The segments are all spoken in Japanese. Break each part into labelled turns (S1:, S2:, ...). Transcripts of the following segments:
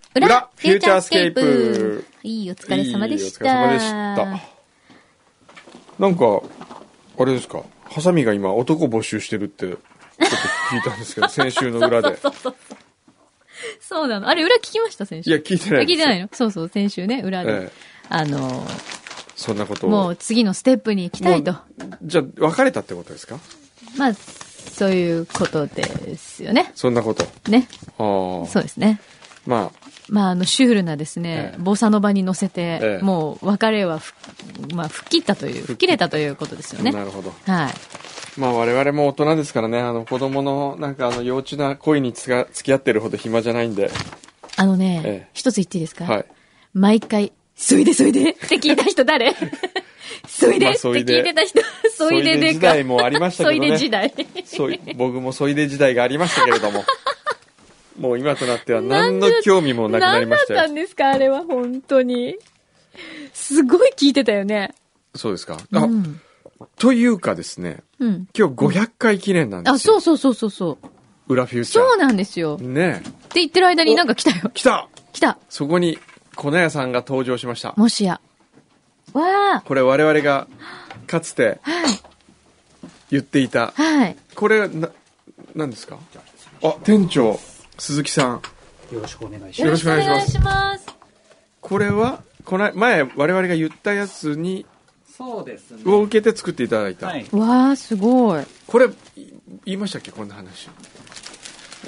S1: フューチャースケープ。
S2: いいお疲れ様でした。
S1: いいお疲れ様でした。なんか、あれですか、ハサミが今男募集してるって、ちょっと聞いたんです けど、先週の裏で。
S2: そうそうそう。そうなの。あれ、裏聞きました、先週。
S1: いや、聞いてない
S2: 聞いてない
S1: の
S2: のそうそう、先週ね、裏で。
S1: ええ
S2: あのー、
S1: そんなことを。
S2: もう次のステップに行きたいと。
S1: もうじゃあ、別れたってことですか
S2: まあ、そういうことですよね。
S1: そんなこと。
S2: ね。
S1: ああ。
S2: そうですね。
S1: まあ、
S2: まあ、あの、シュールなですね、
S1: ええ
S2: ボサノバに乗せて、
S1: ええ
S2: もう別れはふ、まあ、吹っ切ったという、吹っ切れたということですよね。
S1: なるほど。
S2: はい。
S1: まあ我々も大人ですからね、あの子供のなんかあの幼稚な恋につが付き合ってるほど暇じゃないんで、
S2: あのね、
S1: ええ
S2: 一つ言っていいですか
S1: はい。
S2: 毎回、そいでそいでって聞いた人誰そいで
S1: まあ
S2: って
S1: そ
S2: 聞
S1: い
S2: い
S1: で
S2: てた人、そいででか。
S1: そいで時代もありましたけどね
S2: そいで時代。
S1: そうい、僕もそいで時代がありましたけれ ども、もう今となっては何の興味もなくなりました
S2: 何だった
S1: よ。
S2: んですかあれは本当に。すごい聞いてたよね。
S1: そうですか。
S2: う
S1: あ、
S2: ん。
S1: というかですね、
S2: うん。
S1: 今日500回記念なんですよ。
S2: あ、そうそうそうそうそう。
S1: 裏フューチャー。
S2: そうなんですよ。って
S1: ねえ。
S2: 言ってる間になんか来たよ。
S1: 来た
S2: 来た。
S1: そこに粉屋さんが登場しました。
S2: もしや。わ
S1: これ我々がかつて
S2: あ。はい。
S1: 言っていた。
S2: はい。
S1: これ、な、何ですかあ、店長、鈴木さん。
S3: よろしくお願いし
S1: よ
S3: ま
S1: ろしくお願いします
S2: よろくお願いします。
S1: これはこの前我々が言ったやつに
S3: す。そうですね
S1: を受けて作っていただいた、
S3: はい。
S2: わあ、すごい。
S1: これい言いましたっけこんな話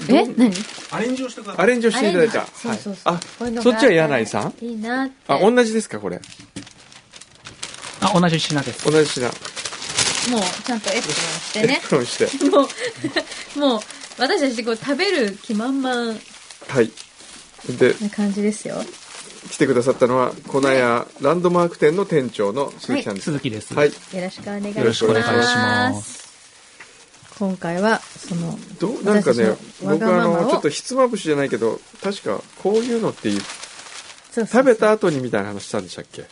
S2: え何
S3: アレンジをしてくださ
S1: ア
S3: い。
S1: レンジをしていただいた
S2: そうそうそう。
S1: はい
S2: こういうの
S1: あ
S2: が
S1: そっちは柳井さん
S2: いいなって。
S1: あ同じですかこれ
S3: あ、同じ品です。
S1: 同じ品
S2: もうちゃんとエプロンして
S1: エ
S2: ね。
S1: プロンして
S2: もう、 もう、私たちこう食べる気満々
S1: はいで
S2: な感じですよ。
S1: 来てくださったのは粉屋ランドマーク店の店長の鈴木さんです
S3: 鈴木です。
S1: はい、
S2: よろしくお願いします。。
S1: よろしくお願いし
S3: ます
S2: 今回は、その、
S1: どうなんか
S2: 私
S1: ね
S2: のわ
S1: 僕
S2: がま
S1: あ
S2: まを
S1: のちょっとひつまぶしじゃないけど確かこういうのっていう
S2: そうそう
S1: 食べた後にみたいな話したんでしたっけ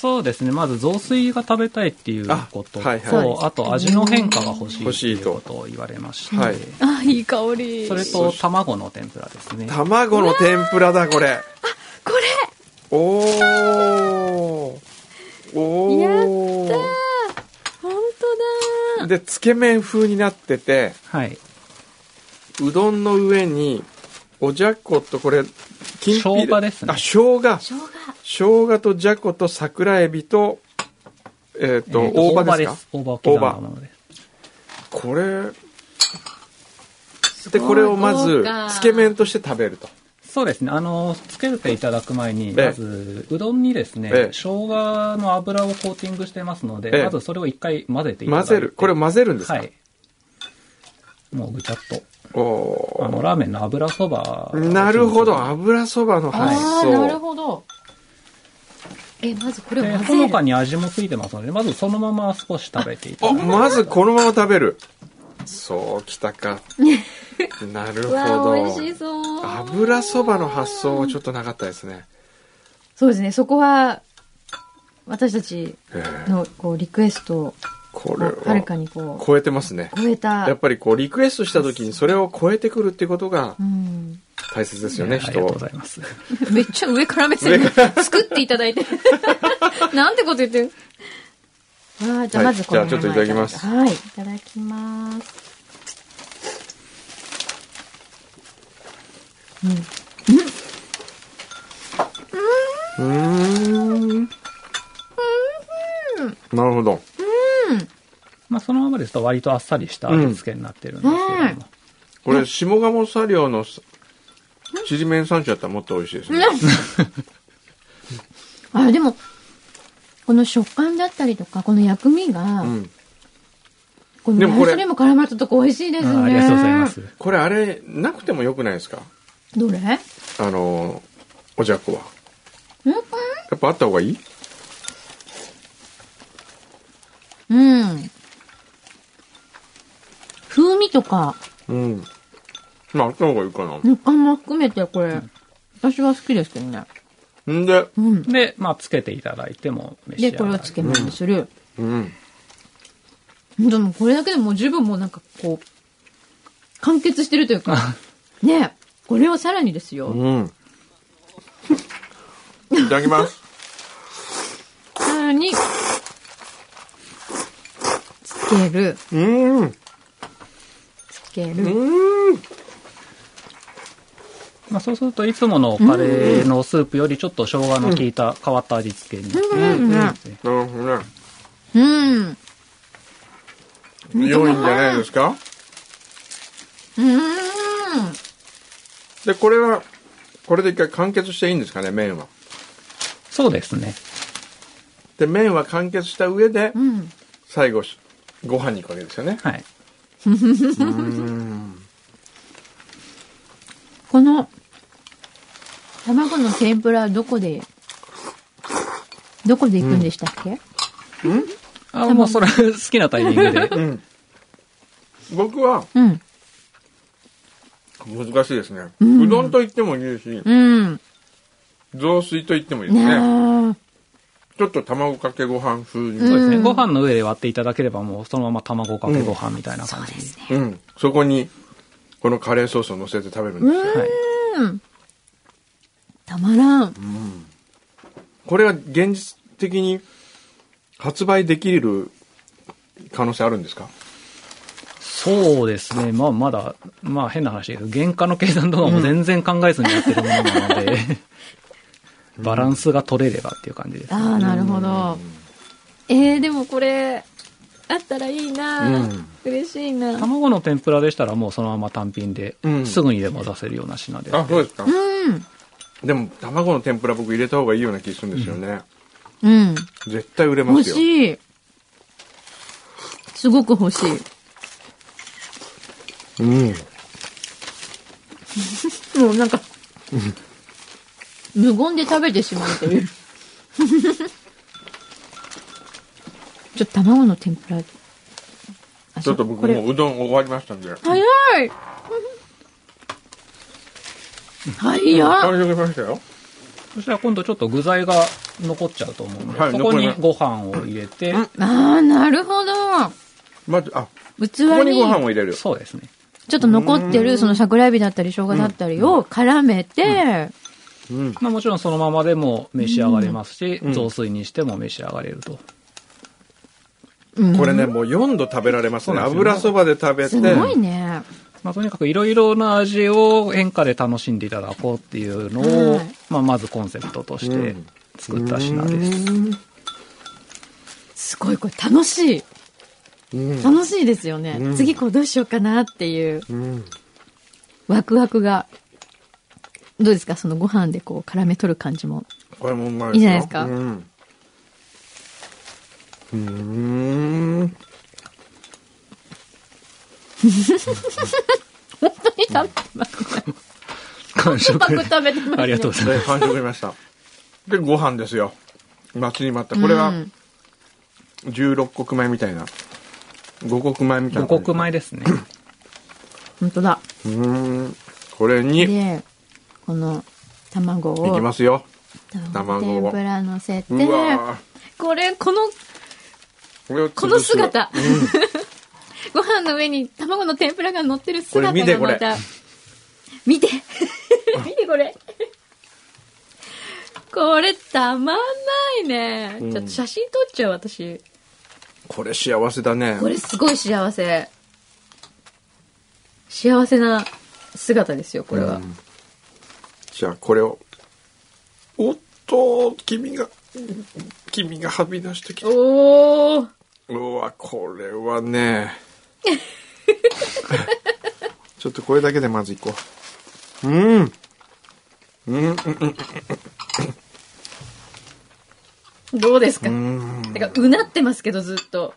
S3: そうですね。まず雑炊が食べたいっていうこと
S1: あ
S3: と、
S1: はいはい
S3: あと味の変化が欲しい
S1: 欲
S3: って
S1: し
S3: い
S1: いうと
S3: ことを言われまして、
S1: はい
S2: あ、いい香り。
S3: それと卵の天ぷらですね。
S1: 卵の天ぷらだこれ
S2: こ
S1: おーお
S2: れやっ
S1: ー
S2: たー本当だ
S1: でつけ麺風になってて
S3: はい。
S1: うどんの上におじゃことこれきんぴら
S3: 生姜ですね
S1: あ生姜
S2: ー生姜。
S1: 生姜とじゃこと桜エビとえっ、と、
S3: えー
S1: 大葉ですか
S3: 大葉を刻んだものです。
S1: これでこれをま
S2: 豪
S1: ず
S2: 華
S1: つけ麺として食べると
S3: そうですね。あの、つけていただく前に、
S1: ええ
S3: まず、うどんにですね、
S1: ええ
S3: 生姜の油をコーティングしてますので、
S1: ええ
S3: まずそれを一回混ぜていただ
S1: 混
S3: いて。
S1: ぜるこれを混ぜるんですか、
S3: はい。もうぐちゃっと。
S1: お
S3: あの、ラーメンの油そば。
S1: ーなるほど。油そばの発
S2: あー、
S1: 想、
S2: なるほど。え、まずこれ
S3: で、
S2: を混
S3: ほの
S2: ぜる
S3: か。に味もついてますので、まずそのまま少し食べていた
S1: あ、
S3: だいて。
S1: まずこのまま食べる。そう、き たか。なるほ
S2: わあ、美
S1: ど
S2: 味。しそう。
S1: 油そばの発想はちょっとなかったですね。
S2: そうですね、そこは、私たち
S1: えー
S2: のこうリクエストを
S1: これ
S2: はるか
S1: は
S2: にこ
S1: 超えてますね
S2: う、。超えた。
S1: やっぱりこう、リクエストした時にそれを超えてくるってことが
S2: うん、
S1: 大切ですよ
S3: いや
S1: ね、
S3: あり
S1: 人
S3: がとう
S1: を
S3: ご。ざいます。
S2: めっちゃ上から目線作っていただ いて。なんてこと言ってる。わあ、じゃあま
S1: はい
S2: ずこの
S1: じゃあちょっといただきます
S2: はい、いただきます。
S1: うーん。なるほど。
S3: まあ、そのままですと割とあっさりした味付けになってるんですけども。
S1: これ、下鴨砂料のすちりめん山椒だったらもっと美味しいですね。
S2: あ、でも、この食感だったりとか、この薬味が、
S1: うん。
S2: この
S1: でもこれ
S2: それも絡まったとこ美味しいですね。
S3: あありがとうございます。。
S1: これ、あれ、なくてもよくないですか
S2: どれ
S1: あの、おじゃこは。やっぱあった方がいい
S2: うん。風味とか、
S1: うん。まあ、あった方がいいかな。
S2: 食感も含めてこれ、私は好きですけどね。
S1: んで、
S2: うん。
S3: で、まあ、つけていただいても召し上
S2: で、こ
S3: が
S2: れを
S3: り
S2: つけ麺にする。
S1: うん。
S2: でもこれだけでもう十分もうなんかこう、 完結してるというか、ねえこれをさらにですよ、
S1: うん。いただきます。
S2: さらに、つける、
S1: うーん。
S2: つけ
S1: う
S2: る。
S1: ーん。
S3: まあ、そうするといつものカレーのスープよりちょっと生姜の効いた変わった味付けになって
S2: うん。うん。
S3: ますね。
S1: なるほどね。
S2: うん。
S1: 良いんじゃないですか
S2: うん。
S1: で、これは、これで一回完結していいんですかね、麺は。
S3: そうですね。
S1: で、麺は完結した上で、
S2: うん。
S1: 最後、ご飯に行くわけですよね。
S3: はい。
S2: この、卵の天ぷらはどこで、どこで行くんでしたっけ、
S3: あもうそれ好きなタイミング で。
S1: うん。僕は、
S2: うん。
S1: 難しいですね。
S2: ん
S1: うどんと言ってもいいし、
S2: うん。
S1: 雑炊と言ってもいいですね。
S2: ね
S1: ちょっと卵かけご飯風に。
S3: そうですね。
S2: うん
S3: ご飯の上で割っていただければもうそのまま卵かけご飯みたいな感じ。
S2: すね。
S1: うん。そこに、このカレーソースを乗せて食べるんですよ。
S3: はい。
S2: うん。たまらん。
S1: これは現実的に発売できる可能性あるんですか
S3: そうですね。まあまだ、まあ変な話だけど、原価の計算とかも全然考えずにやってるものなので、バランスが取れればっていう感じです。
S2: ああ、なるほど。えー、でもこれ、あったらいいな、
S1: うん
S2: 嬉しいなうん。
S3: 卵の天ぷらでしたらもうそのまま単品で
S1: う、ん
S3: すぐにでも出せるような品です。
S1: あ、そうですか。でも、卵の天ぷら僕入れた方がいいような気するんですよね。
S2: うん。
S1: 絶対売れま
S2: 欲
S1: すよ。
S2: しい。すごく欲しい。
S1: うん。
S2: もうなんか、 無言で食べてしまうという。 ちょっと卵の天ぷら。あ
S1: ちょっと僕
S2: これ
S1: もううどん終わりましたんで。
S2: 早い 早い
S1: 完食しましたよ。
S3: そしたら今度ちょっと具材が残っちゃうと思うんで、
S1: はい
S3: そこに
S1: 残り
S3: ご飯を入れて、
S1: うん
S2: ああ、なるほど。
S1: まず、あ、こ
S2: 器
S1: こに
S2: に
S1: ご飯を入れる。
S3: そうですね。
S2: ちょっと残ってるその桜エビだったり生姜だったりを絡めて、
S1: うん。
S3: まあもちろんそのままでも召し上がれますし、
S1: ん
S3: 雑炊にしても召し上がれると。
S2: うん
S1: これね、もう4度食べられますね。
S3: そうですよ
S1: 油そばで食べて。
S2: すごいね。
S3: まあとにかくいろいろな味を演歌で楽しんでいただこうっていうのを、
S2: はい
S3: まあまずコンセプトとし
S1: う
S3: て
S1: ん
S3: 作った品です。
S2: すごい、これ楽しい。
S1: うん
S2: 楽しいですよね。
S1: うん
S2: 次こうどうしようかなっていう
S1: うん。
S2: ワクワクが。どうですかそのご飯でこう絡め取る感じ も。
S1: これもうまい
S2: いいじゃないですか
S1: うん。うーん。
S2: 本当に食べてます。
S3: 完食
S2: パク食べてます、ね。
S3: ありがとうございます。
S1: で、完食しました。で、ご飯ですよ。待ちに待った。これ
S2: う
S1: は
S2: ん、
S1: 16穀米みたいな。5穀米みたいな。
S3: 五穀。米ですね。
S2: 本当だ。
S1: うーん。これに、
S2: で、この卵
S1: いき
S2: を、
S1: ますよ。
S2: 卵
S1: 卵
S2: 天
S1: を
S2: ぷら乗せて
S1: う、わー
S2: これ、この
S1: これを
S2: この
S1: 潰す
S2: 姿。ご飯の上に卵の天ぷらが乗ってる姿
S1: これ見て
S2: が
S1: これ
S2: また。見て 見てこれ。これたまんないね。
S1: うん
S2: ちょっと写真撮っちゃう私。
S1: これ幸せだね。
S2: これすごい幸せ。幸せな姿ですよ、これは。
S1: じゃあこれを。おっと、君が、君がはみ出してきた。
S2: おー。
S1: うわ、これ はね。ちょっとこれだけでまずいこう。うん。うん、うん、
S2: どうですか、
S1: うん、
S2: てか、うなってますけど、ずっと。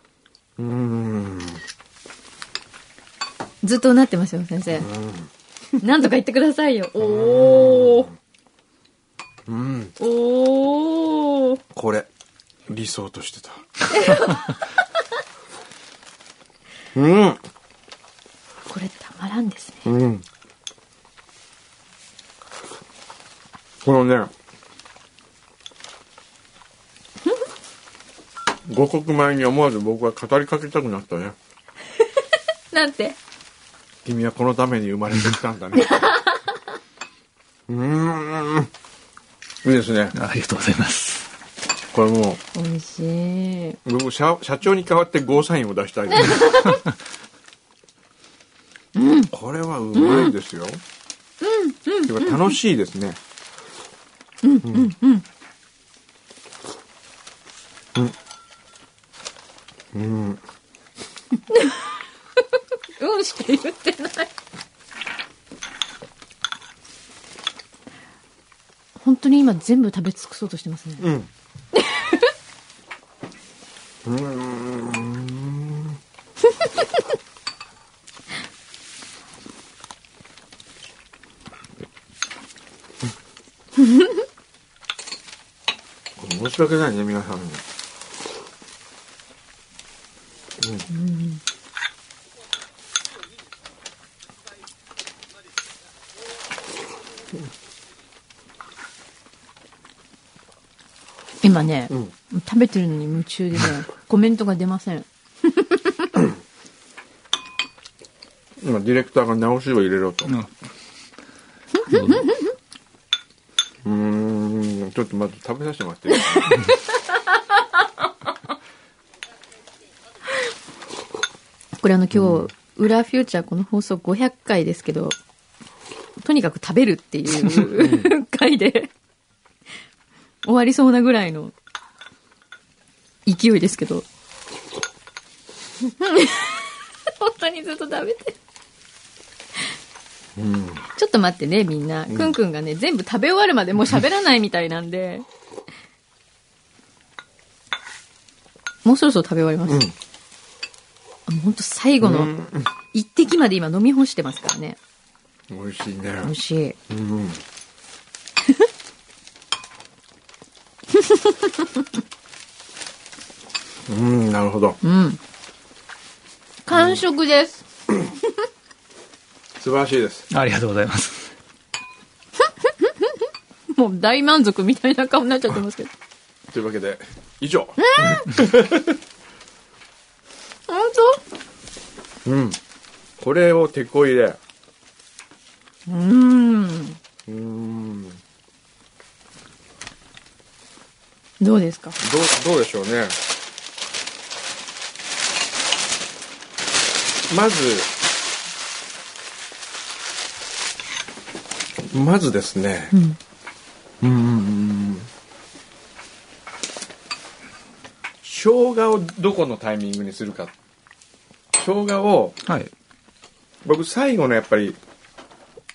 S1: うん。
S2: ずっとうなってますよ、先生。なんとか言ってくださいよ。おー。
S1: うん。
S2: おー。
S1: これ、理想としてた。うん。
S2: これたまらんですね。
S1: うん。このね、五穀米に思わず僕は語りかけたくなったね。
S2: なんて。
S1: 君はこのために生まれてきたんだね。うーん。いいですね。
S3: ありがとうございます。
S1: これも
S2: 美味しい。
S1: う、僕社、社長に代わってゴーサインを出したい。これはうまいですよ。うん。うん。楽しいですね。
S2: うんしか言ってない。本当に今全部食べ尽くそうとしてますね。
S1: うん。これ申し訳ないね、皆さんに。
S2: 今ね、
S1: うん
S2: 食べてるのに夢中でね、コメントが出ません。
S1: 今、ディレクターが直しを入れろと。うーん、ちょっとまず食べさせてもらっていいですか
S2: これあの今日、裏フューチャーこの放送500回ですけど、とにかく食べるって いう回で、終わりそうなぐらいの勢いですけど。 本当にずっと食べてる。ちょっと待ってね、みんな。くんくんがね、全部食べ終わるまでもう喋らないみたいなんで。もうそろそろ食べ終わります。本当最後の一滴まで今飲み干してますからね。
S1: 美味しいね。
S2: 美味しい。
S1: うん。うん、なるほど。
S2: うん。完食です。
S1: 素晴らしいです。
S3: ありがとうございます。
S2: もう大満足みたいな顔になっちゃってますけど。
S1: というわけで、以上。
S2: 本
S1: うん。これを手こ入れ。
S2: 当うーん。
S1: うん。どう、
S2: どうですか
S1: どうでしょうね。まず、まずですね。
S2: うん。
S1: 生姜をどこのタイミングにするか生姜を
S3: はい。
S1: 僕最後のやっぱり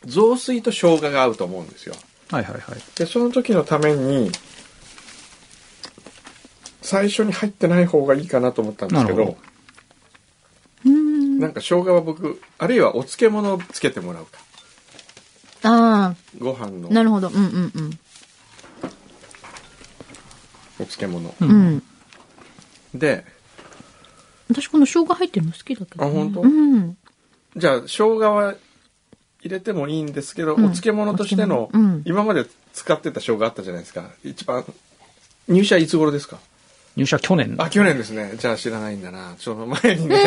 S1: 雑炊と生姜が合うと思うんですよ
S3: はいはいはい。
S1: でその時のために最初に入ってない方がいいかなと思ったんですけ
S3: な
S1: ど
S3: るほ
S2: うーん。
S1: なんか生姜は僕あるいはお漬物をつけてもらうか
S2: あ
S1: ご飯の
S2: あ、なるほど。うんうんうん。
S1: お漬物
S2: う
S3: う。
S2: んん。
S1: で
S2: 私この生姜入ってるの好きだけど、ね。
S1: あ本当
S2: うん。
S1: じゃあ生姜は入れてもいいんですけど、
S2: うん
S1: お漬物としての
S2: お漬物うん
S1: 今まで使ってた生姜あったじゃないですか一番入社いつ頃ですか
S3: 入社去年の
S1: あ、去年ですね。じゃあ知らないんだな。その前 にね、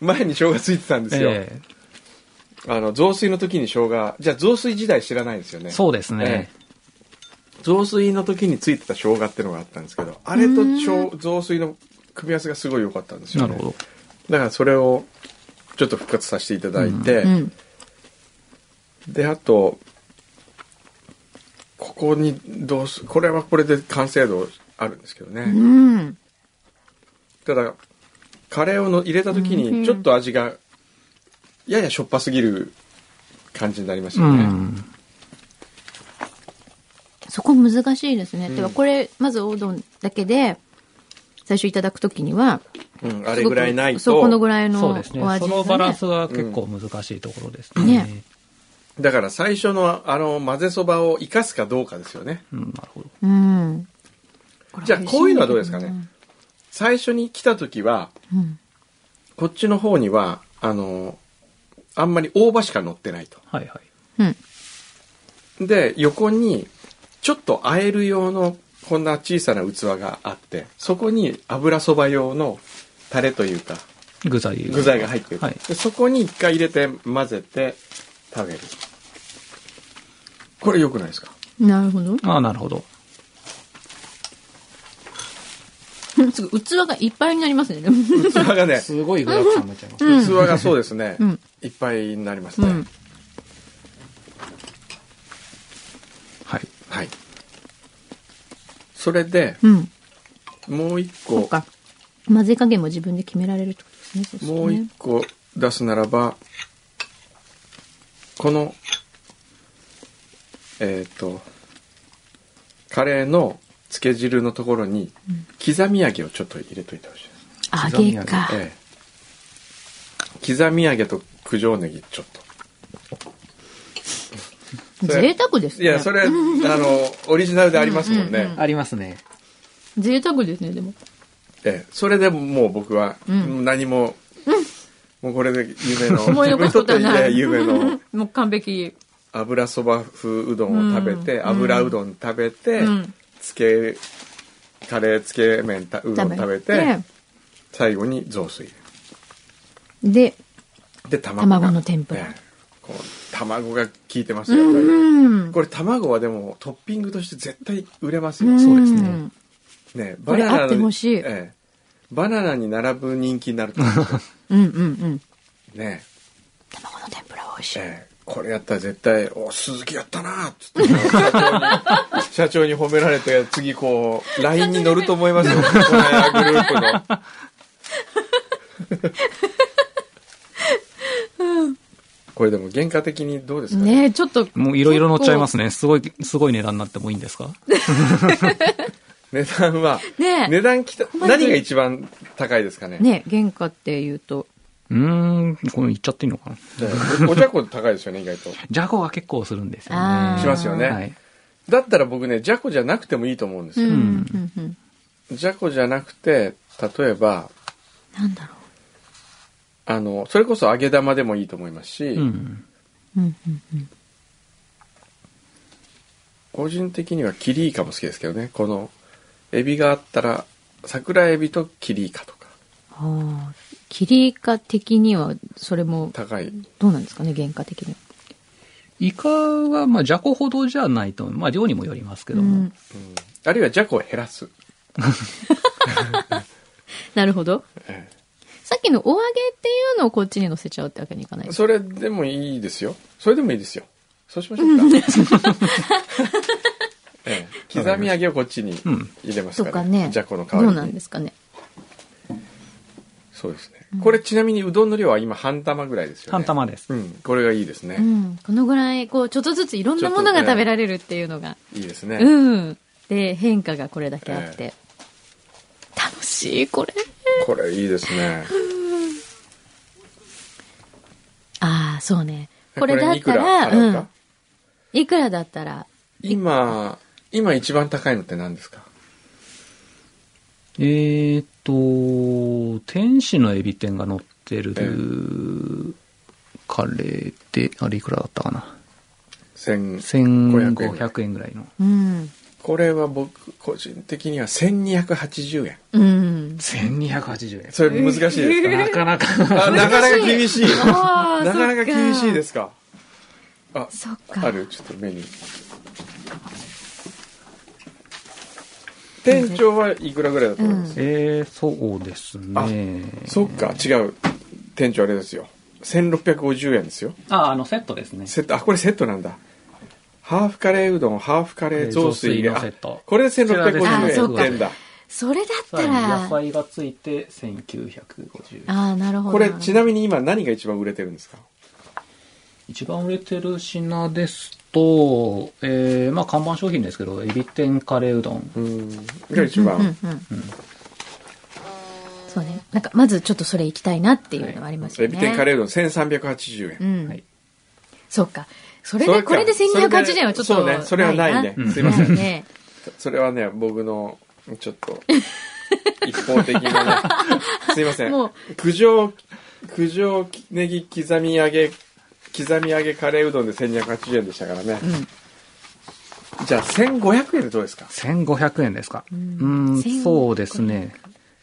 S1: 前に生姜ついてたんですよ。
S3: え
S1: あの、雑炊の時に生姜、じゃあ雑炊時代知らないですよね。
S3: えそうです
S1: え。
S3: ね
S1: え雑炊の時についてた生姜ってのがあったんですけど、あれと生雑炊の組み合わせがすごい良かったんですよ、
S3: な
S1: ね。
S3: るほど。
S1: だからそれをちょっと復活させていただいて、
S2: うん。
S1: で、あと、ここにどうす、これはこれで完成度あるんですけどね。
S2: うん。
S1: ただカレーをの入れた時
S2: うん
S1: にちょっと味がややしょっぱすぎる感じになりました
S3: う
S1: よね、
S3: ん。
S2: そこ難しいですね。
S1: う
S2: て
S1: ん
S2: かこれ、まずおうどんだけで、最初いただくときには、
S1: うんあれぐらいない
S2: すごくそう、このぐ
S1: と
S2: らいの
S3: そ
S2: お
S3: う
S2: 味で
S3: で
S2: すすね
S3: ね。そのバランスが結構難しいところですね。
S2: ね
S1: だから最初のあの混ぜそばを生かすかどうかですよね
S3: うん、なるほど。
S2: うん。
S1: じゃあこういうのはどうですかね最初に来た時は
S2: うん。
S1: こっちの方にはあのあんまり大葉しか乗ってないと
S3: はいはい。
S2: うん。
S1: で横にちょっと和える用のこんな小さな器があってそこに油そば用のタレというか
S3: 具材
S1: 具材が入ってる、
S3: はい。
S1: でそこに一回入れて混ぜて食べるこれ良くないですか
S2: なるほど。
S3: ああ、なるほど。
S2: すごい器がいっぱいになりますね。でも
S1: 器が ね、
S4: すごい具だくさんになっちゃいます。
S2: うん
S1: 器がそうですね、
S2: うん
S1: いっぱいになります
S2: う
S1: ね。
S2: ん。
S3: はい。
S1: はい。それで、
S2: うん。
S1: もう一
S2: そう
S1: 個、
S2: か。混ぜ加減も自分で決められるってことですね。そしたらね
S1: もう一個出すならば、この、えっ、と、カレーの漬け汁のところに、刻み揚げをちょっと入れといてほしいです。
S2: 揚げか。
S1: ええ、刻み揚げと九条ネギちょっと。それ
S2: 贅沢です
S1: い
S2: ね。
S1: や、それ、あの、オリジナルでありますもんね。
S2: うんうんうん
S4: ありますね。
S2: 贅沢ですね、でも。
S1: ええ、それでももう僕は、
S2: うん
S1: 何も、もうこれで夢の、
S2: 思い残すことは
S1: 自分にとっ
S2: な
S1: て
S2: い。
S1: 夢の
S2: もう完璧。
S1: 油そば風うどんを食べて、
S2: うん
S1: 油うどん食べて、
S2: うん
S1: つけ、カレーつけ麺たうどん食べて、最後に雑炊。
S2: で、
S1: で、卵が。
S2: 卵の天ぷら
S1: ええこう卵が効いてますよ、やっぱり
S2: うん。
S1: これ卵はでもトッピングとして絶対売れますよ。
S2: ん
S4: そうですね。
S1: ね、バ
S2: これ
S1: ナナ
S2: あって
S1: の
S2: ほしい
S1: ええバナナに並ぶ人気になると思うんですよ
S2: うんうんうん。
S1: ね
S2: 卵の天ぷらは美味しい。
S1: ええこれやったら絶対「お鈴木やったな」っつって社長に社長に褒められて次こう LINE に乗ると思いますよこの間グループの。 これでも原価的にどうですかね
S2: ねえ、ちょっと。
S3: もういろいろ乗っちゃいますね。すごい、すごい値段になってもいいんですか
S1: 値段は、
S2: ねえ
S1: 値段きた
S2: まに
S1: 何が一番高いですかね
S2: ねえ、原価って言うと。
S3: うーん、これ言っちゃっていいのかな。
S1: ねおお茶子高いですよね意外と
S3: ジャコが結構するんですよ
S2: あー
S3: ね。
S1: しますよね
S3: はい。
S1: だったら僕ねじゃこじゃなくてもいいと思うんです
S2: うん
S1: よ、
S2: うんうん。
S1: じゃこじゃなくて例えば
S2: なんだろ
S1: あのそれこそ揚げ玉でもいいと思いますし、
S3: うん。
S2: う。うんうんうん。
S1: 個人的にはキリイカも好きですけどねこのエビがあったら桜エビとキリイカとか
S2: ああ。キリカ的には、それも、
S1: 高い
S2: どうなんですかね、原価的には。
S3: イカは、まあ、ジャコほどじゃないと、まあ、量にもよりますけども。
S2: うん
S1: あるいはじゃこを減らす、
S2: なるほど。
S1: え
S2: さっきのお揚げっていうのをこっちに乗せちゃうってわけにいかない
S1: え。それでもいいですよそれでもいいですよそうしまし ょうか、ええ、刻み揚げをこっちに
S3: うん
S1: 入れます
S2: と
S1: か
S2: か
S1: ら、
S2: ね。
S1: じゃこの
S2: どう
S1: 代わ
S2: なん
S1: りに
S2: ですかね。
S1: そうですねこれちなみにうどんの量は今半玉ぐらいですよね
S3: 半玉です。
S1: うんこれがいいですね、
S2: うん。このぐらい、こう、ちょっとずついろんなものが食べられるっていうのが。
S1: いいですね、
S2: うん。で、変化がこれだけあって。楽しい、これ。
S1: これいいですね
S2: ああ、そうね。
S1: え
S2: これだっ
S1: いく
S2: た
S1: ら
S2: ら、
S1: 払う
S2: う
S1: か
S2: ん。いくらだったら、
S1: 今今一番高いのって何ですか
S3: えーっと、天使のエビ天が乗ってる
S1: え
S3: カレーで、あれいくらだったかな。
S1: 千
S3: 1500円ぐらいの。
S2: うん。
S1: これは僕個人的には1280円
S2: うん。
S4: 1280円。
S1: それ難しいですか、
S4: なかなか。
S1: あなかなか厳しい な
S2: ああ、。
S1: かなか厳しいですすかあ
S2: そっか。
S1: あるちょっとメニュー店長はいくらぐらいだと思います、
S3: えー、そうですね。
S1: そっか違う店長あれですよ1650円ですよ
S3: あ、あの、セットですね。
S1: セット、あ、これセットなんだ。ハーフカレーうどん、ハーフカレー雑炊入れ。
S3: 雑炊の
S1: あ
S3: セット
S1: これで1650
S2: あそう
S1: 円
S2: か
S1: だ。
S2: それだった
S3: さらに
S2: ら
S3: 野、菜がついて1950円。
S2: ああ、なるほど。
S1: これち
S2: な
S1: なみに今何が一番売れてるんですか
S3: 一番売れてる品ですと、えー、まあ看板商品ですけど、エビ天カレーうどん。
S1: うん。が一番。
S2: うんうん。そうね。なんか、まずちょっとそれ行きたいなっていうのはあります
S1: エ
S2: よ
S1: ビ
S2: ね。
S1: 天カレーうどん1380円。
S2: うん。
S3: はい。
S2: そうか。それ
S1: それ
S2: で、
S1: か
S2: これで1280円はちょっと。
S1: そうねそれはないねすいません
S2: なね
S1: それはね、僕の、ちょっと、一方的な ね。すいません
S2: もう。
S1: 九条、九条ネギ刻み揚げ、刻み揚げカレーうどんで1280円でしたからね。じゃあ1500円でどうですか
S3: 1500円ですか。う
S2: うん
S3: ん、そうですね。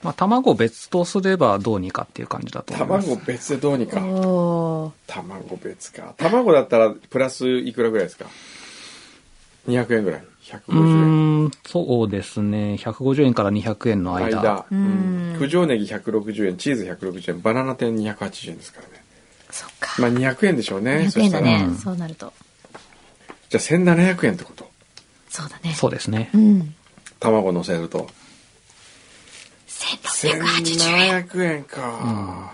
S3: まあ卵別とすればどうにかっていう感じだと思います。
S1: 卵別でどうにか。
S2: おー
S1: 卵別か卵だったらプラスいくらぐらいですか200円ぐらい。150
S3: う
S1: 円。
S3: ーん、そうですね。150円から200円の間。
S1: 間。
S2: う
S1: う
S2: んん
S1: 九条ネギ160円、チーズ160円、バナナ天280円ですからね。
S2: そっか。
S1: まあ200円でしょうね。
S2: 200円だね
S3: う。ん
S2: そうなると。
S1: そしたらじゃあ1700円ってこと。
S2: そうだね。
S3: そうですね
S2: う。ん。
S1: 卵乗せると。
S2: 1680円。
S1: 1700円か。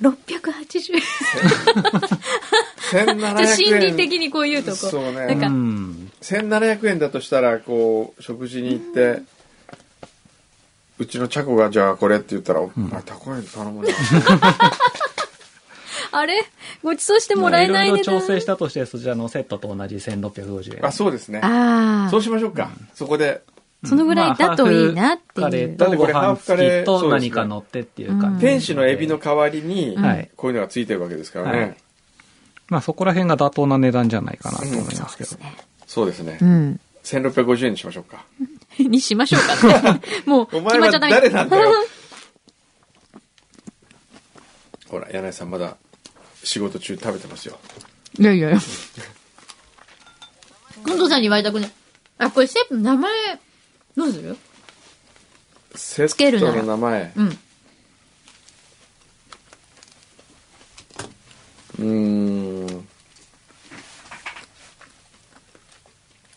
S2: 1680円。
S1: 1700
S2: じ
S1: 円。
S2: ゃ 心理的にこういうとこ。
S1: そうね。
S2: なんか
S3: うん。
S1: 1700円だとしたらこう食事に行ってうちのチャコがじゃあこれって言ったら「お前高いの頼むな」
S2: あれごちそうしてもらえない
S3: まあ
S2: 値
S3: いろいろ調
S2: 段。
S3: 整したとして、そちらのセットと同じ1650円。
S1: あそうですね
S2: あ
S1: そ
S2: あ
S1: う。しましょうかそこで
S2: そのぐらいだといいなって
S3: まあハーフカレ
S2: い
S3: ー
S2: う。
S3: と
S1: だ
S3: ご飯付き
S1: ってこれハーフカレーそ
S3: と
S1: うですね
S3: 何か乗ってっていう感じ。
S1: 天使のエビの代わりに
S3: はい
S1: こういうのがついてるわけですからね、
S3: はいまあそこら辺が妥当な値段じゃないかなと思い
S2: そ
S3: ま
S2: う
S3: す
S2: で
S3: けど
S2: す。ね。
S1: そうですね、
S2: うん。
S1: 1650円にしましょうか
S2: にしましょうか って。もう、決
S1: お
S2: まっ
S1: 前は
S2: ちゃった
S1: 誰なんだよほら柳井さんまだ仕事中食べてますよ
S2: いやいやいや。 くんどさんに言われたくない。あ、これセップ名前、どうする
S1: セ
S2: け
S1: ッ
S2: るなら
S1: トの名前
S2: うん。
S1: うーん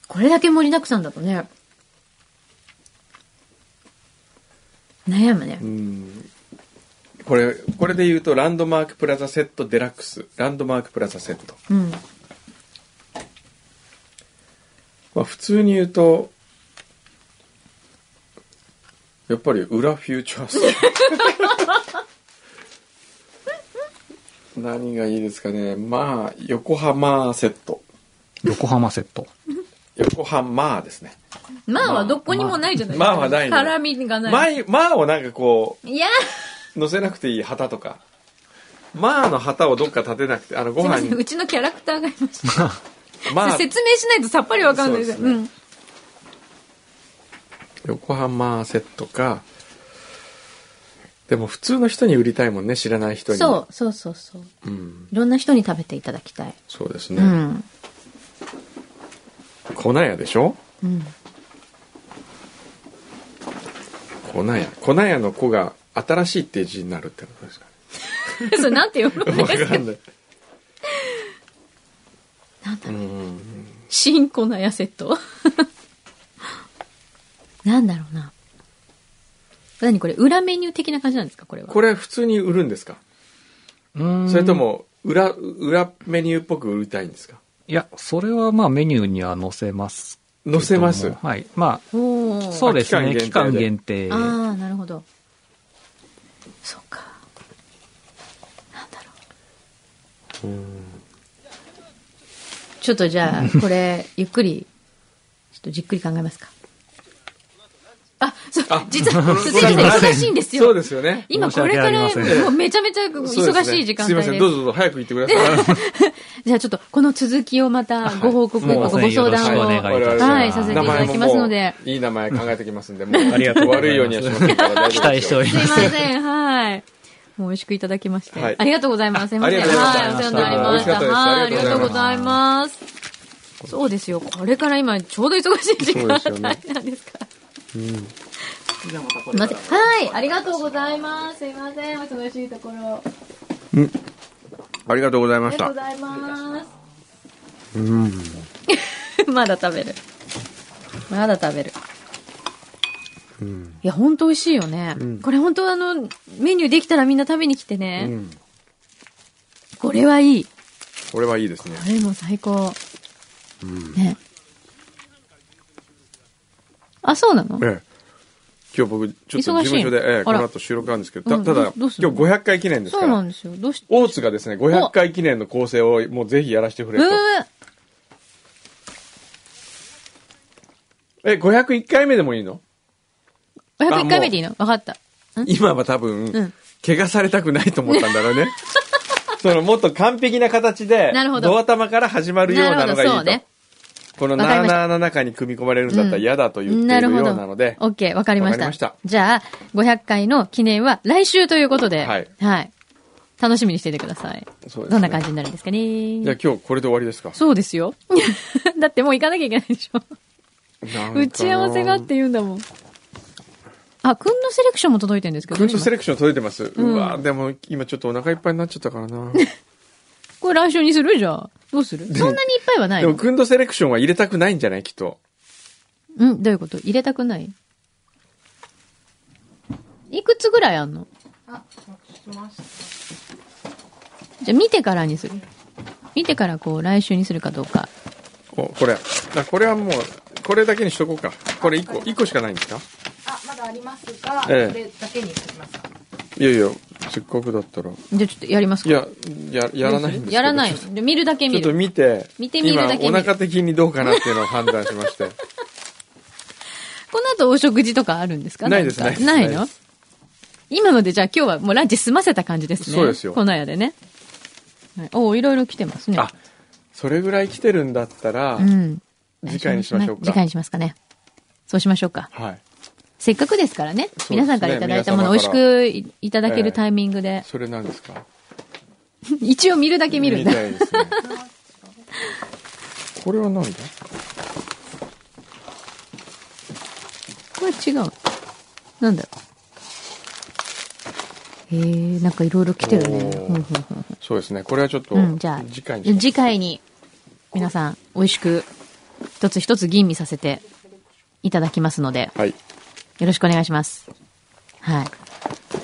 S2: これだけ盛りだくさんだとね。悩むね。
S1: これこれで言うとランドマークプラザセットデラックスランドマークプラザセット、
S2: うん。
S1: まあ、普通に言うとやっぱり裏フューチャース ケープ何がいいですかねまあ横浜セット
S3: 横浜セット。
S1: 横浜ですね
S2: まあはどこにもないじゃない
S1: まあはないね
S2: 絡みが
S1: まあ
S2: ない。
S1: まあをなんかこ
S2: いや、
S1: う乗せなくていい旗とかまあの旗をどっか立てなくてあのご
S2: すいま
S1: 飯
S2: せん。
S1: に
S2: うちのキャラクターがいました。
S1: まあ
S2: 説明しないとさっぱりわかんないです。
S1: そうですね
S2: うん。
S1: 横浜セットかでも普通の人に売りたいもんね知らない人に
S2: そう、そうそうそう。
S1: う、ん、
S2: いろんな人に食べていただきたい。
S1: そうです
S2: う
S1: ね、
S2: ん。
S1: 粉屋でしょ
S2: うん。
S1: 粉屋粉屋の子が新しいっていう字になるってことですか
S2: それなんて読む
S1: ね
S2: の
S1: 分か んない
S2: なんだろ
S1: う
S2: う。
S1: ん
S2: 新粉やセット なんだろうな。何これ裏メニュー的な感じなんですかこれは。
S1: これ普通に売るんですかそ
S3: そ
S1: れと。も裏裏メニューっぽく売りたいんですか
S3: いや、それはまあメニューには載せますけど
S1: 載
S3: も。
S1: せます
S3: はい。ま
S2: おー
S3: あ、そうですね。
S1: 期
S3: 期
S1: 間
S3: 間
S1: 限
S3: 限定。
S2: ああ、なるほど。そうか。なんだろう。ちょっとじゃあ、これ、ゆっくり、ちょっとじっくり考えますか。あ、そう、実は、すいません、忙しいんですよ。
S1: そうですよね
S2: 今これか
S3: 申
S2: ら、
S3: し訳ありません
S2: もうめちゃめちゃ忙しい時間帯
S1: そうですねすいま
S2: です。
S1: せんどうぞどうぞ早く行ってくだ さい
S2: じゃあちょっと、この続きをまたご報告、
S3: はい
S2: ごご相談
S3: もうぜひよろしくお願いいたし
S2: を
S3: ます。
S1: 我々
S2: はいさせていただきますので
S1: 名前ももういい名前考えてきますんでもう
S3: ありがとうございます
S1: 悪いようにはしませんから大丈夫です
S3: 期
S1: よ
S3: 待しており
S2: すい
S3: ま。
S2: ますせん、はい。もう美味しくいただきまして。
S1: はい
S2: ありがとうございます。すいません。
S1: あ
S2: は
S1: り
S2: い、
S1: がとうござい
S2: お
S1: ま
S2: 世
S1: し
S2: 話
S1: た
S2: になりました。
S1: 美味しかったで
S2: はい、
S1: す
S2: ありがとうござ
S1: あ
S2: います。そうですよ。これから今、ちょうど忙しい時間
S1: そうですよね
S2: 帯なんですから。すいません。はい、ありがとうございます。すいません。お忙しいところ。
S1: ありがとうござい
S2: あ
S1: ま
S2: り
S1: し
S2: がと
S1: た
S2: うございます。 まだ食べる。まだ食べる。いや、ほんと美味しいよね。これほんとあの、メニューできたらみんな食べに来てね。
S1: うん
S2: これはいい。
S1: これはいいですね
S2: これも最高。ね。あ、そうなの
S1: ええ、今日僕ちょっと事務所で
S2: 忙、しい
S1: ええ、この
S2: あら
S1: 後収録あるんですけ
S2: う
S1: ど
S2: ん
S1: たただ
S2: ど
S1: 今
S2: う
S1: 日
S2: するの
S1: 500回記念です
S2: そ
S1: か
S2: うな
S1: ら
S2: んですよ。どうし
S1: 大津がですね500回記念の構成をもうぜひやらせてくれ
S2: う
S1: と、
S2: ー
S1: え501回目でもいいの
S2: 501回目でいいのわかった。
S1: 今は多分、
S2: うん
S1: 怪我されたくないと思ったんだろ うねそのもっと完璧な形で
S2: なるほど
S1: ドア玉から始まるよう
S2: な
S1: な
S2: る
S1: の
S2: ほど、
S1: がいい
S2: そう
S1: と、
S2: ね。
S1: この
S2: わかりま
S1: ナー
S2: した
S1: ナーの中に組み込まれるんだったら嫌だと言っているようなので、
S2: オッケー、わかりました。
S1: わかりました
S2: じゃあ、500回の記念は来週ということで。
S1: はい
S2: はい。楽しみにしていてください。
S1: そうですね
S2: どんな感じになるんですか
S1: じゃ
S2: ね
S1: あ。今日これで終わりですか
S2: そうです よ。だってもう行かなきゃいけないでしょ。
S1: なんか
S2: 打ち合わせがあって言うんだもん。あ、くんのセレクションも届いてるんですけど、
S1: 軍事セ
S2: どうします
S1: レクション届いてます。うんわでも今ちょっとお腹いっぱいになっちゃったからな。
S2: これ来週にするじゃあ。どうするそんなにいっぱいはない
S1: でも
S2: の
S1: 軍事セレクションは入れたくないんじゃないきっと。
S2: うん、どういうこと入れたくないいくつぐらいあんのじゃあ見てからにする。見てからこう来週にするかどうか。
S1: お、これ。あこれはもう、これだけにしとこうか。これ1個、一個しかないんですか
S5: あ、まだありますが、
S1: ええ
S5: これだけにしますか。
S1: いやいや、せっかくだったら。い
S2: じゃあちょっとやりますか
S1: や、や、やらないんですけど
S2: やらない
S1: ちょっ
S2: の。で見るだけ
S1: とちょ
S2: 見
S1: っと
S2: る。
S1: 見て、
S2: 見てみるだけ見る
S1: 今お腹的にどうかなっていうのを判断しまして。
S2: この後お食事とかあるんですか
S1: ないで
S2: ん
S1: す
S2: か
S1: ないです
S2: ない
S1: ない
S2: の
S1: です
S2: 今のでじゃあ今日はもうランチ済ませた感じですね。
S1: そうですよ
S2: このやでね。はい、おお、いろいろ来てます ね。
S1: あ、それぐらい来てるんだったら、
S2: うん。
S1: 次回にしましょうか
S2: 次回にしますかね。そうしましょうか。
S1: はい。
S2: せっかくですからね。
S1: そうですね
S2: 皆さんからいただいたもの、美
S1: 皆
S2: 味し
S1: 様から
S2: くいいただけるタイミングで。
S1: それなんですか
S2: 一応見るだけ見るんだ。
S1: たいです ね。これは何だ
S2: これ違う。なんだろう。へえー、なんかいろいろ来てるね。
S1: おー
S2: ふんふんふんふん
S1: そうですね。これはちょっと、
S2: うん、じゃあ、
S1: 次回にしましょう
S2: 次回に皆さん、美味しく、一つ一つ吟味させていただきますので、
S1: はい。
S2: よろしくお願いします。はい。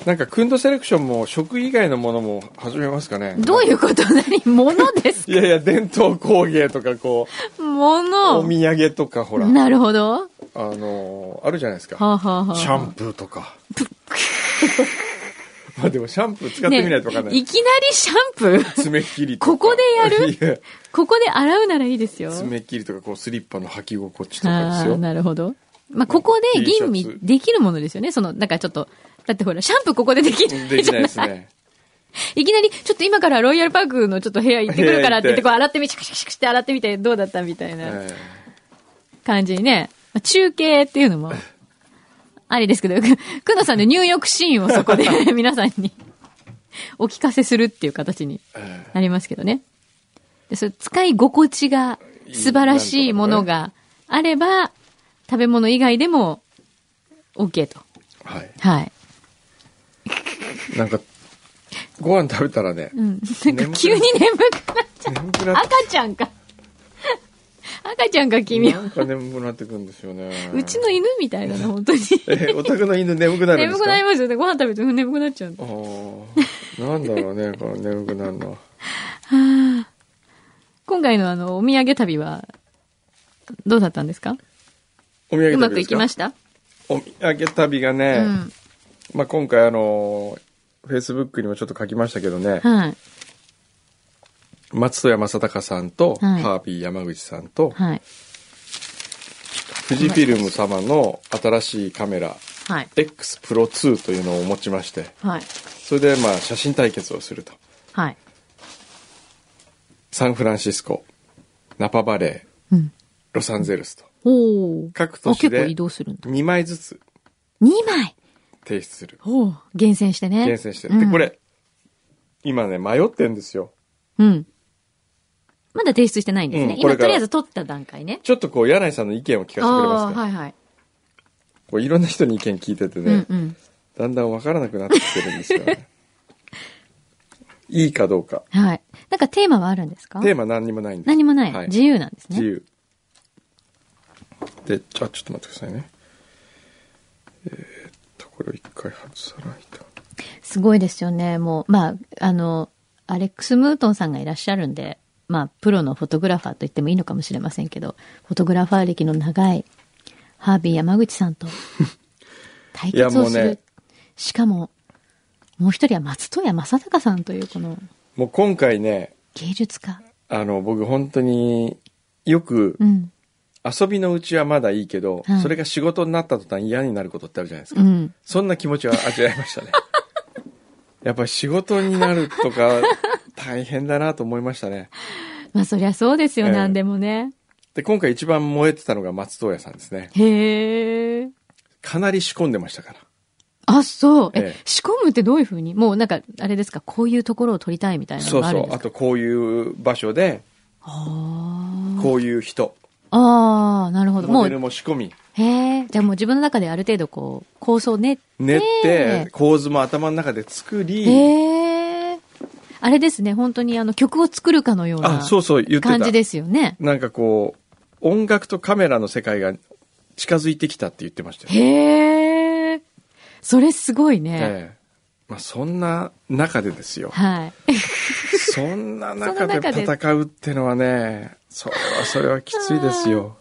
S1: なんか、クンドセレクションも、食以外のものも始めますかね。
S2: どういうこと何物です
S1: いやいや、伝統工芸とか、こう、お
S2: 物
S1: 土産とか、ほら、
S2: なるほど。
S1: あのーあるじゃないです
S2: は
S1: か。
S2: あ、はあはあ、
S1: シャンプーとか。 まあでも、シャンプー使ってみないとわかんない。
S2: ねえいきなりシャンプー
S1: 爪切りとか。
S2: ここでやる
S1: いや
S2: ここで洗うならいいですよ。
S1: 爪切りとか、こう、スリッパの履き心地とかで
S2: あ
S1: す
S2: あー、
S1: よ。
S2: なるほど。まあ、ここで
S1: T シャ
S2: 吟
S1: ツ
S2: 味できるものですよね。その、なんかちょっと、だってほら、シャンプーここでできない
S1: でき
S2: じゃな
S1: な
S2: いい
S1: ですね。
S2: いきなり、ちょっと今からロイヤルパークのちょっと部屋行ってくるからって言って、
S1: 部
S2: こう
S1: 屋
S2: 洗ってみ、シャクシャクシャクって洗ってみて、どうだったみたいな
S1: ええ
S2: 感じにね。まあ中継っていうのも、ありですけど、くくのさんの入浴シーンをそこで 皆さんにお聞かせするっていう形に
S1: え
S2: なりますけどね。でそれ使い心地が素晴らしいものがあれば、食べ物以外でも OK と。
S1: えはい。
S2: はい。
S1: なんか、ご飯食べたらね、
S2: うん。なんか急に眠くなっちゃう。
S1: 眠くなっ
S2: 赤ちゃんか。赤ちゃんか君
S1: な
S2: は。
S1: んか眠くなってくるんですよ ね。
S2: うちの犬みたいだな、本当に。
S1: え、お宅の犬眠くなるんで
S2: 眠
S1: すか
S2: くなりますよね。ご飯食べて眠くなっちゃう。
S1: あーなんだろうね、この眠くなるのは。
S2: 今回のあの、お土産旅は、どうだったんですか
S1: お土産旅ですか
S2: うまくいきました
S1: お土産旅が
S2: う
S1: ね、
S2: ん。
S1: まあ今回あの、Facebook にもちょっと書きましたけどね、
S2: はい。
S1: 松任谷正隆さんと、
S2: はい
S1: ハービー山口さんと、
S2: はい。
S1: 富士フィルム様の新しいカメラ、
S2: はい。
S1: X Pro 2というのを持ちまして、
S2: はい。
S1: それでまあ写真対決をすると。
S2: はい。
S1: サンフランシスコ、ナパバレー、
S2: うん。
S1: ロサンゼルスと、
S2: おー。
S1: 各
S2: あ
S1: 都市
S2: 結構
S1: で
S2: 移動するんだ。
S1: 2枚ずつ
S2: 2枚
S1: 提出する。
S2: おー。厳選してね。
S1: 厳選してる。で、
S2: うん
S1: こ。れ、今ね、迷ってんですよ。
S2: うん。まだ提出してないんですね。
S1: うんこ
S2: 今、
S1: れか
S2: と
S1: ら
S2: りあえず取った段階ね。
S1: ちょっとこう、柳井さんの意見を聞かせてくれます
S2: あ
S1: か、
S2: ーはいはい。
S1: こういろんな人に意見聞いててね、
S2: うんうん。
S1: だんだんわからなくなってきてるんですよね。いいかどうか。
S2: はい。なんかテーマはあるんですか
S1: テーマ何にもないんです。
S2: 何もない。
S1: はい
S2: 自由なんですね。
S1: 自由。で、じゃあちょっと待ってくださいね。えーっと、これを一回外さないと。
S2: すごいですよね。もう、まあ、あの、アレックス・ムートンさんがいらっしゃるんで、まあ、プロのフォトグラファーと言ってもいいのかもしれませんけど、フォトグラファー歴の長いハービー山口さん と対決をす
S1: いやもう
S2: る。
S1: ね
S2: しかも、もう一人は松任谷正隆さんというこの
S1: もう今回ね、
S2: 芸術家。
S1: あの、僕本当によく
S2: うん。
S1: 遊びのうちはまだいいけど、
S2: はい
S1: それが仕事になった途端嫌になることってあるじゃないですか。
S2: うん。
S1: そんな気持ちは味わい ましたね。やっぱり仕事になるとか大変だなと思いましたね。
S2: まあ、そりゃそうですよ、
S1: ええ
S2: なんでもね。
S1: で、今回一番燃えてたのが松任谷さんですね。
S2: へえ。
S1: かなり仕込んでましたから。
S2: あ、そう。え、
S1: ええ
S2: 仕込むってどういうふうにもうなんか、あれですか、こういうところを撮りたいみたいな
S1: そ
S2: の
S1: う
S2: がある
S1: そ
S2: ん
S1: う。
S2: で
S1: あ
S2: すか
S1: と、こういう場所で、
S2: あ
S1: こういう人、
S2: あ。ああ、なるほど。も
S1: モデル
S2: う、
S1: も仕込み、
S2: へえ、じゃあもう自分の中である程度こう、構想ね。
S1: 練っ
S2: ね
S1: て、構図も頭の中で作り、
S2: へえ。あれですね、本当にあの曲を作るかのような
S1: あ、そうそう、言ってた。
S2: 感じですよね。
S1: なんかこう、音楽とカメラの世界が近づいてきたって言ってましたよ。
S2: へえ。それすごいね。
S1: ええまあ、そんな中でです よ。
S2: はい。
S1: そんな中で
S2: そんな中で
S1: 戦うってのはね、それはそれはきついですよ。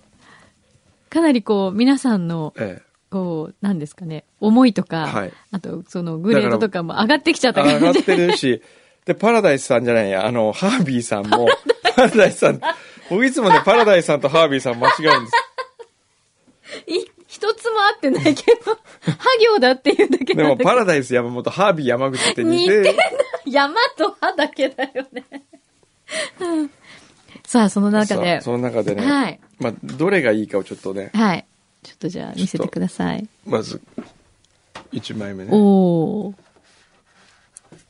S2: かなりこう、皆さんの、
S1: え
S2: こう、なんですかね、思いとか、
S1: はい
S2: あと、その、グレードとかも上がってきちゃっ
S1: え、
S2: た
S1: 上が
S2: 感
S1: っ
S2: じ。
S1: てるし、で、パラダイスさんじゃないや、あの、ハービーさん も、パラダイスさん、僕いつもね、パラダイスさんとハービーさん間違うんです。
S2: い一つも合ってないけど、 は行だっていうだ け
S1: で
S2: なんだ
S1: も、
S2: けど。
S1: パラダイス山本、ハービー山口って似
S2: 似
S1: て
S2: て、 山と歯だけだよね。 うんさあ、その中
S1: さ
S2: で
S1: あ。その中でね、
S2: はい。
S1: まあ、どれがいいかをちょっとね、
S2: はい。ちょっとじゃあ見せてください。
S1: まず、1枚目ね。
S2: おー。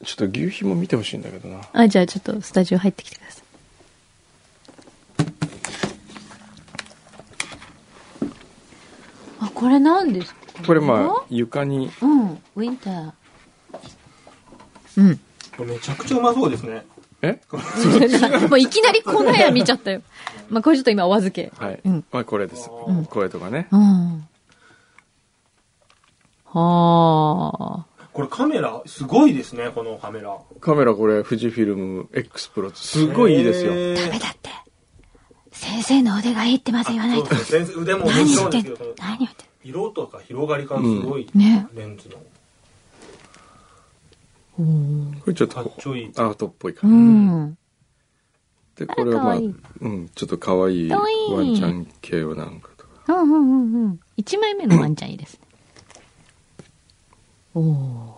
S1: ちょっと牛皮も見てほしいんだけどな。
S2: あ、じゃあちょっとスタジオ入ってきてください。あ、これ何ですか
S1: これまあ、床に、
S2: うん、ウィンター。うん。
S6: これめちゃくちゃうまそうですね。
S1: え
S2: もういきなり粉屋見ちゃったよ。 まあ、これちょっと今お預け。
S1: はい。
S2: うん。
S1: まあ、これです。
S2: ん
S1: これとかね。
S2: うん。はあ。
S6: これカメラ、すごいですね、このカメラ。
S1: カメラこれ、富士フィルム X プロすごいいいですよ。
S6: へ
S2: ダメ
S6: ー
S2: だって。先生の腕がいいってまず言わない
S6: そう
S2: と
S6: で。すね先生腕もも
S2: 何
S6: ちろ
S2: 言って
S6: んで
S2: ん
S6: すけ
S2: の
S6: ど、その
S2: 何言ってん
S6: 色とか広がり感すごい、
S2: うんね
S6: レンズの。
S1: これちょっと
S6: かっ
S1: こ
S6: ちょいい。
S1: う、アートっぽい
S2: の
S1: 感
S2: うん。
S1: じ。で、これはまあ、
S2: あ可愛い
S1: うん、ちょっと可愛い
S2: 可
S1: ワ
S2: 愛い
S1: ンちゃん系をなんかとか。
S2: うんうんうんうん。一枚目のワンちゃんいいですね。おお。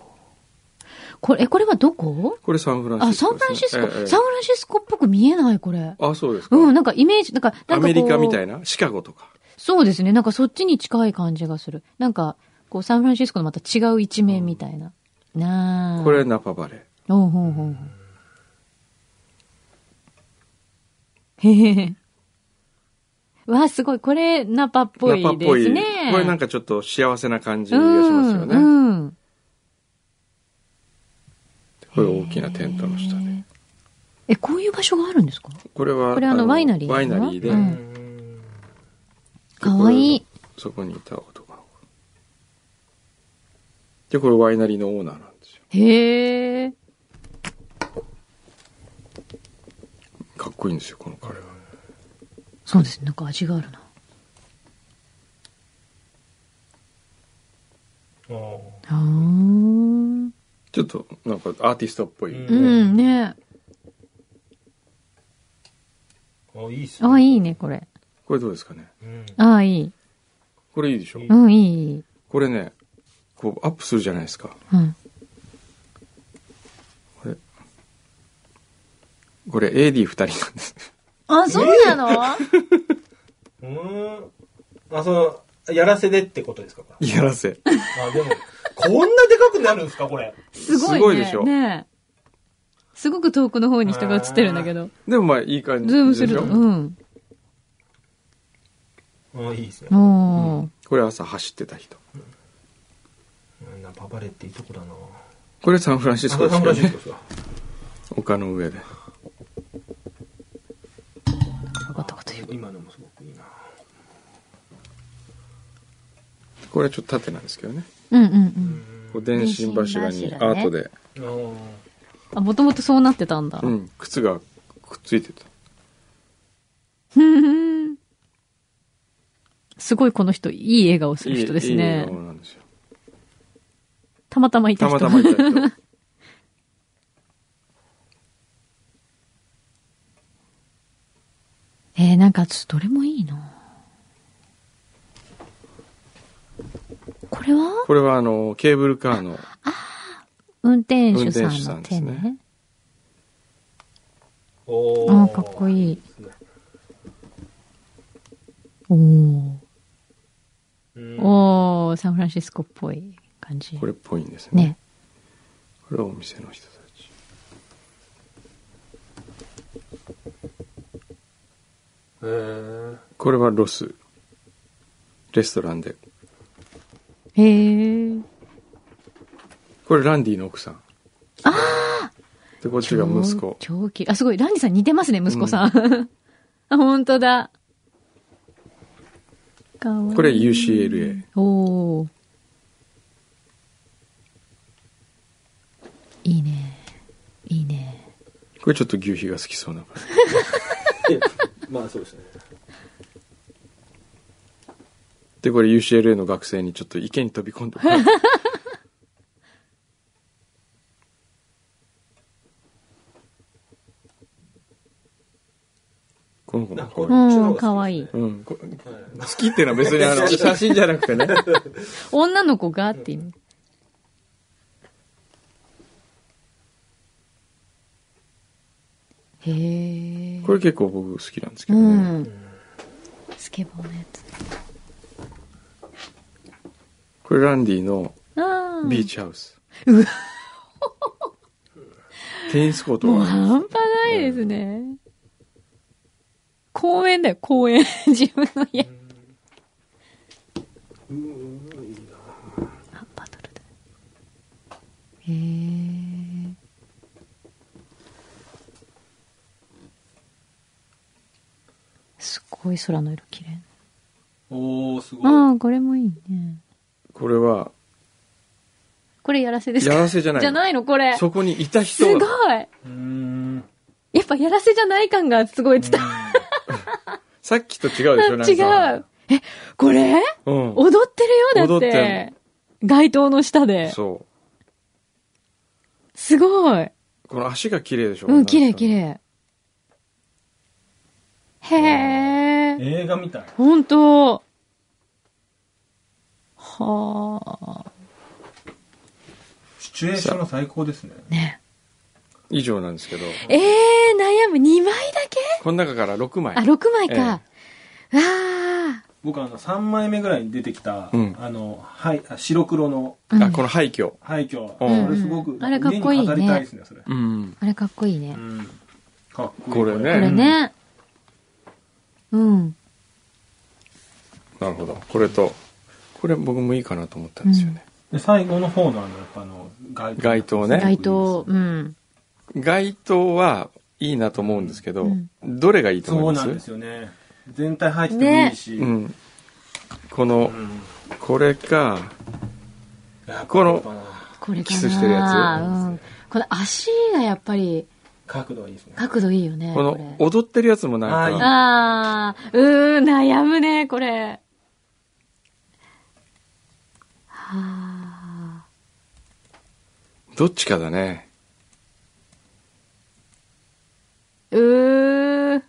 S2: これ、えこれはどこ
S1: これサンフラ
S2: あ、
S1: ンシス
S2: サ
S1: コ
S2: ン
S1: で
S2: フランシス
S1: す
S2: コ、
S1: ね。ええ
S2: サンフランシスコっぽく見えない、これ。
S1: あ、そうですか。
S2: うん、なんかイメージ、なんか、なんかこ
S1: ア
S2: う
S1: メリカみたいなシカゴとか。
S2: そうですね。なんかそっちに近い感じがする。なんか、こう、サンフランシスコのまた違う一面みたいな。なあ。
S1: これ、ナパバレー。
S2: おうほうほうほう。へへへ。わあ、すごい。これ、ナパっぽい
S1: ナパっぽ
S2: で
S1: い。
S2: す
S1: こ
S2: ね。
S1: れなんかちょっと幸せな感じ
S2: う
S1: がしますよ
S2: ん、
S1: ね。
S2: うん。
S1: これ大きなテントの下で。
S2: え、こういう場所があるんですか
S1: これは、
S2: これあのワイナリーの
S1: ワイナリーで、
S2: う
S6: うんん
S2: かわいい。
S1: そこにいた男の子。で、これワイナリーのオーナーなんですよ。
S2: へえ。
S1: かっこいいんですよ、この彼は。
S2: そうですね。なんか味があるな。
S6: あー
S2: あーうん。
S1: ちょっと、なんかアーティストっぽい。
S6: うん
S2: うん、ね。
S6: あいいっすね。
S2: あ、いいね、これ。
S1: これどうですかね
S6: うん。
S2: あ、いい。
S1: これいいでしょ
S6: いい
S2: うん、いいいい。
S1: これね、こうアップするじゃないですか。
S2: うん。
S1: これ AD2 人なんです。
S2: あ、そうなの
S6: うーん。あ、その、やらせでってことですかこれ
S1: やらせ。
S6: あ、でも、こんなでかくなるんですかこれ。
S2: すごいね。
S1: すごいでしょ
S2: ねすごく遠くの方に人が映ってるんだけど。
S1: でもまあいい感じ
S2: ズームす
S1: でし
S2: ると。
S1: ょ、
S2: うん。
S6: あいいですね。
S2: おー。
S1: これ朝走ってた人。
S6: うんナパバレっていいとこだな
S1: これサンフランシスコですよね。
S6: すか
S1: 丘の上で。
S2: 分かったこと言う。
S6: 今のもすごくいいな
S1: これちょっと縦なんですけどね。
S2: うんうんうん。
S1: こう電信柱
S2: 電信
S1: に
S2: 柱
S1: ア
S2: ね
S1: ートで、
S2: あ、もともとそうなってたんだ。
S1: うん、靴がくっついてた。
S2: すごいこの人、いい笑顔する人です
S1: いいいい
S2: ね
S1: 顔。なんですよ。
S2: たまたまいた
S1: た
S2: 人。
S1: またまいた人。
S2: えー、なんか、どれもいいなこれは
S1: これはあの、ケーブルカーの、
S2: 運転手さ
S1: 運転手
S2: ん
S1: さ
S2: の
S1: んで
S2: 手
S1: すね
S2: ね。
S6: お
S2: あーかっこいい。おー。
S6: うん
S2: おー、サンフランシスコっぽい。感じ。
S1: これっぽいんですね
S2: ね。
S1: これはお店の人たち
S6: えー、
S1: これはロスレストランで
S2: へえ。
S1: これランディの奥さんああでこっちが息子
S2: 長期。あ、すごい。ランディさん似てますね、息子さん。 あ、本当だ。かわいい。
S1: これ UCLA
S2: おーいいね。いいね。
S1: これちょっと牛皮が好きそうな感じ
S6: えまあそうですね。
S1: でこれ UCLA の学生にちょっと池に飛び込んでこの子
S2: う
S1: も可愛い
S2: ん、かわいい。
S1: うん、こ好きっていうのは別にあの写真じゃなくてね
S2: 女の子がっていう。へえ。
S1: これ結構僕好きなんですけ
S2: う
S1: どね、
S2: ん。スケボーのやつ。
S1: これランディの
S2: ああ。
S1: ビーチハウス、テニスコート
S2: もう
S1: がある
S2: 半端ないですね。公園だよ、公園。 自分の家。あ、バトルだ。へえ。すごい空の色綺麗。
S6: おー、すごい。
S2: ああ、これもいいね。
S1: これは
S2: これやらせですか
S1: やらせじゃない
S2: じゃないのこれ。す
S1: そこにいた
S2: ご
S1: 人
S2: い。
S6: うーん。
S2: やっぱやらせじゃない感がすごい伝わ
S1: さっきと違うでしょなんか
S2: 違う。え、これ
S1: うん
S2: 踊ってるよだっ
S1: 踊って
S2: て。街灯の下で。
S1: そ
S2: すごい。
S1: うこの足が綺麗でしょ
S2: うん、綺麗綺麗。
S1: 麗
S2: へえ。
S6: 映画みたい。
S2: ほんと。はあ。
S6: シチュエーションが最高ですね。
S2: ね。
S1: 以上なんですけど
S2: えー、悩む。2枚だけ
S1: この中から6枚
S2: あ、6枚か。あ
S6: 僕あの、3枚目ぐらいに出てきた、
S1: うん
S6: あの、はい、あ白黒の
S2: あ。うん
S1: あこの廃墟
S6: 廃墟。
S1: うん
S6: あれすごく、
S2: あれかっこいいね
S6: 家に飾りたいですね、それ。
S1: うん
S2: あれかっこいいうね。
S6: ん。かっこいい。
S1: これね
S2: これね。うん。
S1: なるほどこれとこれ僕もいいかなと思ったんですよね、
S6: で、最後の方のあの、やっぱあの、街灯。
S1: 街灯ね
S2: 街灯。うん。
S1: 街灯はいいなと思うんですけど、
S2: うん
S1: どれがいいと
S6: そ
S1: 思
S6: う
S1: いま
S6: な
S1: す
S6: んですよね。全体入ってもいいし。
S1: うん、この
S6: うん
S1: これか
S6: やっぱ
S1: この
S2: これかな
S1: キスしてるやつ
S2: うん。この足がやっぱり
S6: 角度がいいですね。
S2: 角度いいよね。
S1: こ
S2: れ
S1: の踊ってるやつもなんか
S2: ああ、うーん、悩むね、これ。はあ。
S1: どっちかだね
S2: うー。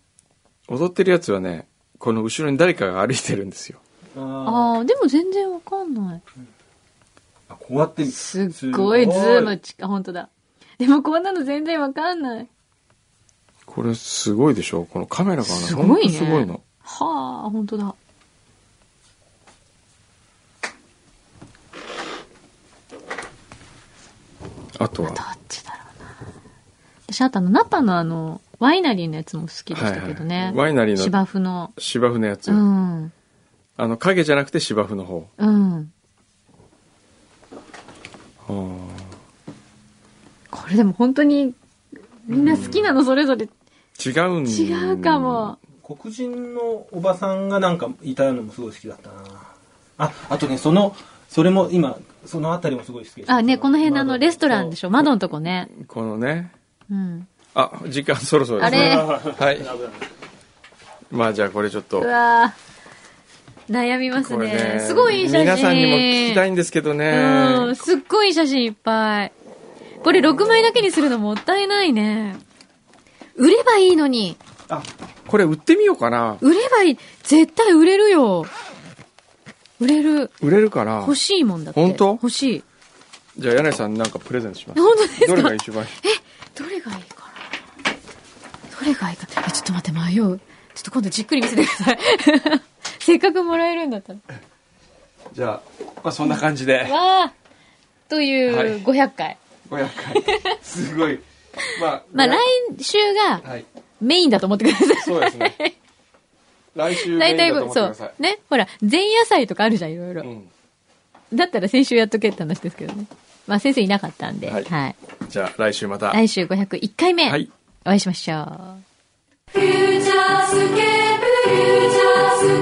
S1: 踊ってるやつはねこの後ろに誰かが歩いてるんですよ
S6: あ
S2: ああ、でも全然わかんない。
S6: あ。こうやって、
S2: すっごいズーム近、本当だ。でもこんなの全然わかんない。
S1: これすごいでしょこのカメラがね
S2: すごいね
S1: ほんとすごいの
S2: はあ、本当だ。
S1: あとは
S2: どっちだろうな。私、あとあの、ナパのあの、ワイナリーのやつも好きでしたけど
S1: はいは
S2: ね
S1: い。ワイナリーの
S2: 芝生の。
S1: 芝生のやつ、
S2: うん。
S1: あの影じゃなくて芝生の方
S2: うん。これでも本当に、みんな好きなのそれぞれ
S1: 違うん
S2: 違うかも。
S6: 黒人のおばさんがなんかいたのもすごい好きだったなああとねそのそれも今その辺りもすごい好きでした
S2: あ、ね、この辺のあの、レストランでし
S6: ょ
S2: ょ窓のとこね。
S1: このね
S2: うん。
S1: あ時間そろそろですね
S2: あれ
S1: はいまあじゃあこれちょっと
S2: うわぁ悩みます
S1: これ
S2: ね。すごいいい写真。
S1: 皆さんにも聞きたいんですけど
S2: う
S1: ね
S2: ん、。すっごいいい写真いっぱい。これ6枚だけにするのもったいないね。売ればいいのに。
S1: これ売ってみようかな。
S2: 売ればいい。絶対売れるよ。売れる。
S1: 売れるかな
S2: 欲。しいもんだって。
S1: 本当
S2: 欲しい。
S1: じゃあ、柳井さんなんかプレゼントします。
S2: 本当ですか
S1: どれが一番いい
S2: どれがいいかなどれがいいかえちょっと待って迷うちょっと今度じっくり見せてください せっかくもらえるんだったら
S1: じゃあ、まあそんな感じで。
S2: わあと
S1: はいいう
S2: 500回。
S1: 500回。すごい。まあ、
S2: まあ、来
S1: 来
S2: 週が
S1: はい。
S2: メインだと思ってください。
S1: そうですね。来週メイ
S2: 大体
S1: ンだと思ってく
S2: そ
S1: だ
S2: う
S1: さい。。
S2: ね。ほら、前夜祭とかあるじゃん、いろいろ。
S1: うん。
S2: だったら先週やっとけって話ですけどね。まあ、先生いなかったんで。は。
S1: はいいじゃあ、来週また。
S2: 来週501回目。
S1: はい
S2: お会いしましょ
S7: 「フ
S2: う。
S7: ューチャースケープフューチャースケ